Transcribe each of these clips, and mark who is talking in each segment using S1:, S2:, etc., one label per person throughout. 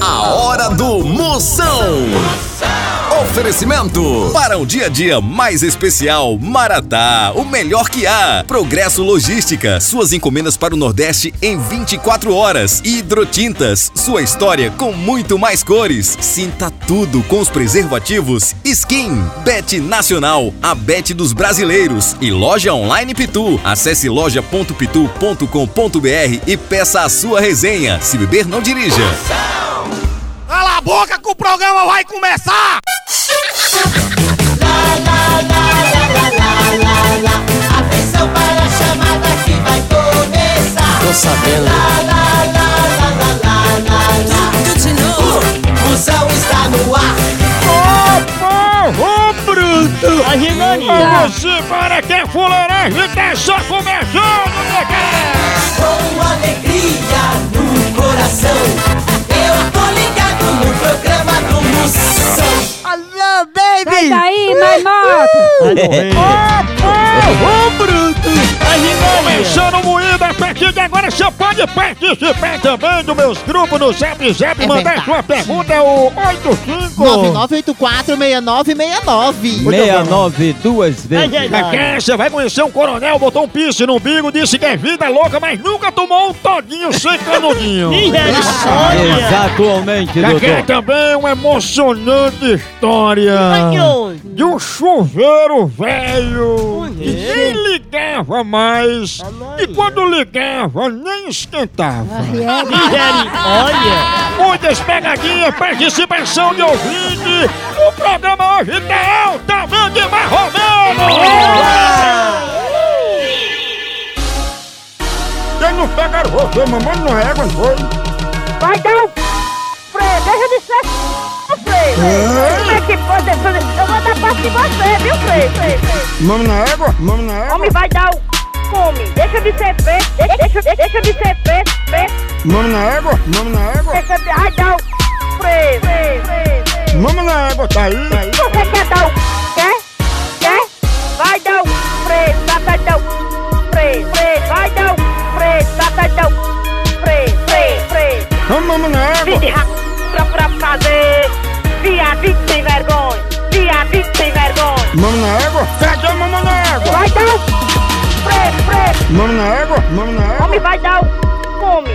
S1: A hora do Moção. Oferecimento para um dia a dia mais especial, Maratá, o melhor que há. Progresso Logística, suas encomendas para o Nordeste em 24 horas. Hidrotintas, sua história com muito mais cores. Sinta tudo com os preservativos Skin, Bet Nacional, a Bet dos brasileiros e loja online Pitu. Acesse loja.pitu.com.br e peça a sua resenha. Se beber, não dirija.
S2: Cala a boca que o programa vai começar!
S3: Atenção para a chamada que vai começar.
S4: Tô sabendo.
S3: Lá, lá, lá, lá, lá, lá, lá, lá.
S4: Tudo de novo.
S3: Moção está no ar.
S2: Ô Bruto!
S5: ah.
S2: Ô, Você para que a fuleiragem tá só começando, moleque!
S3: Com alegria no coração. Eu tô ligado no programa do Moção.
S6: Sai daí, maimota!
S2: Ô, Bruto! Começando moída, a partir de agora você pode participar também dos meus grupos no Zap Zap,
S5: É
S2: mandar
S5: verdade.
S2: sua pergunta é ao 85...
S5: 99846969.
S4: 69 duas
S2: Ai,
S4: vezes.
S2: ai, ai. A Cássia vai conhecer um coronel, botou um piercing no umbigo, disse que é vida louca, mas nunca tomou um todinho sem canudinho.
S4: Exatamente, né?
S2: Cacá
S4: doutor.
S2: também é uma emocionante história de um chuveiro velho que nem ligava mais e quando ligava nem esquentava. Olha! Muitas pegadinhas, participação de ouvinte. O programa hoje tá altamente marromeno! Quem não pegaram você, mamãe não régua, não foi?
S6: Vai dar um freio, deixa de ser freio! Como é que pode fazer? Eu vou dar parte de você, viu, freio? freio, freio.
S2: Mama na égua? Mama na égua?
S6: Homem, vai dar um come! Deixa de ser freio, de- deixa, de- deixa de ser freio, freio,
S2: Mama na égua? Mama na égua?
S6: deixa de... Vai dar um freio, freio, freio, freio!
S2: Mama na égua, tá aí? Tá aí?
S6: Você quer dar um... Quer? Quer? Vai dar um freio, vai dar um freio, freio! Vai dar um freio, vai dar um freio, freio, freio!
S2: Vamos, mama na égua?
S6: Vide rápido pra fazer. Viadinho sem vergonha. Viadinho sem vergonha.
S2: Mama na égua? Cadê a mama na égua?
S6: Vai dar um preto, preto.
S2: Mama na égua? Mama na égua?
S6: Homem vai dar um come.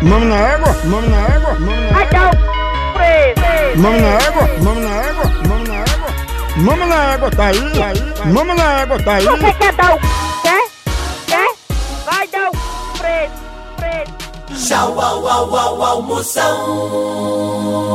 S2: Mama na égua? Mama na égua? Mama na
S6: Vai
S2: égua?
S6: dar um preto. preto.
S2: Mama na égua? Mama na égua? Mama na égua? Mama na égua, tá aí? Tá aí? Mama na égua, tá aí?
S6: Você quer dar um. Quer? Quer? Vai dar um preto, preto.
S3: Tchau, au, au, au, au, Moção.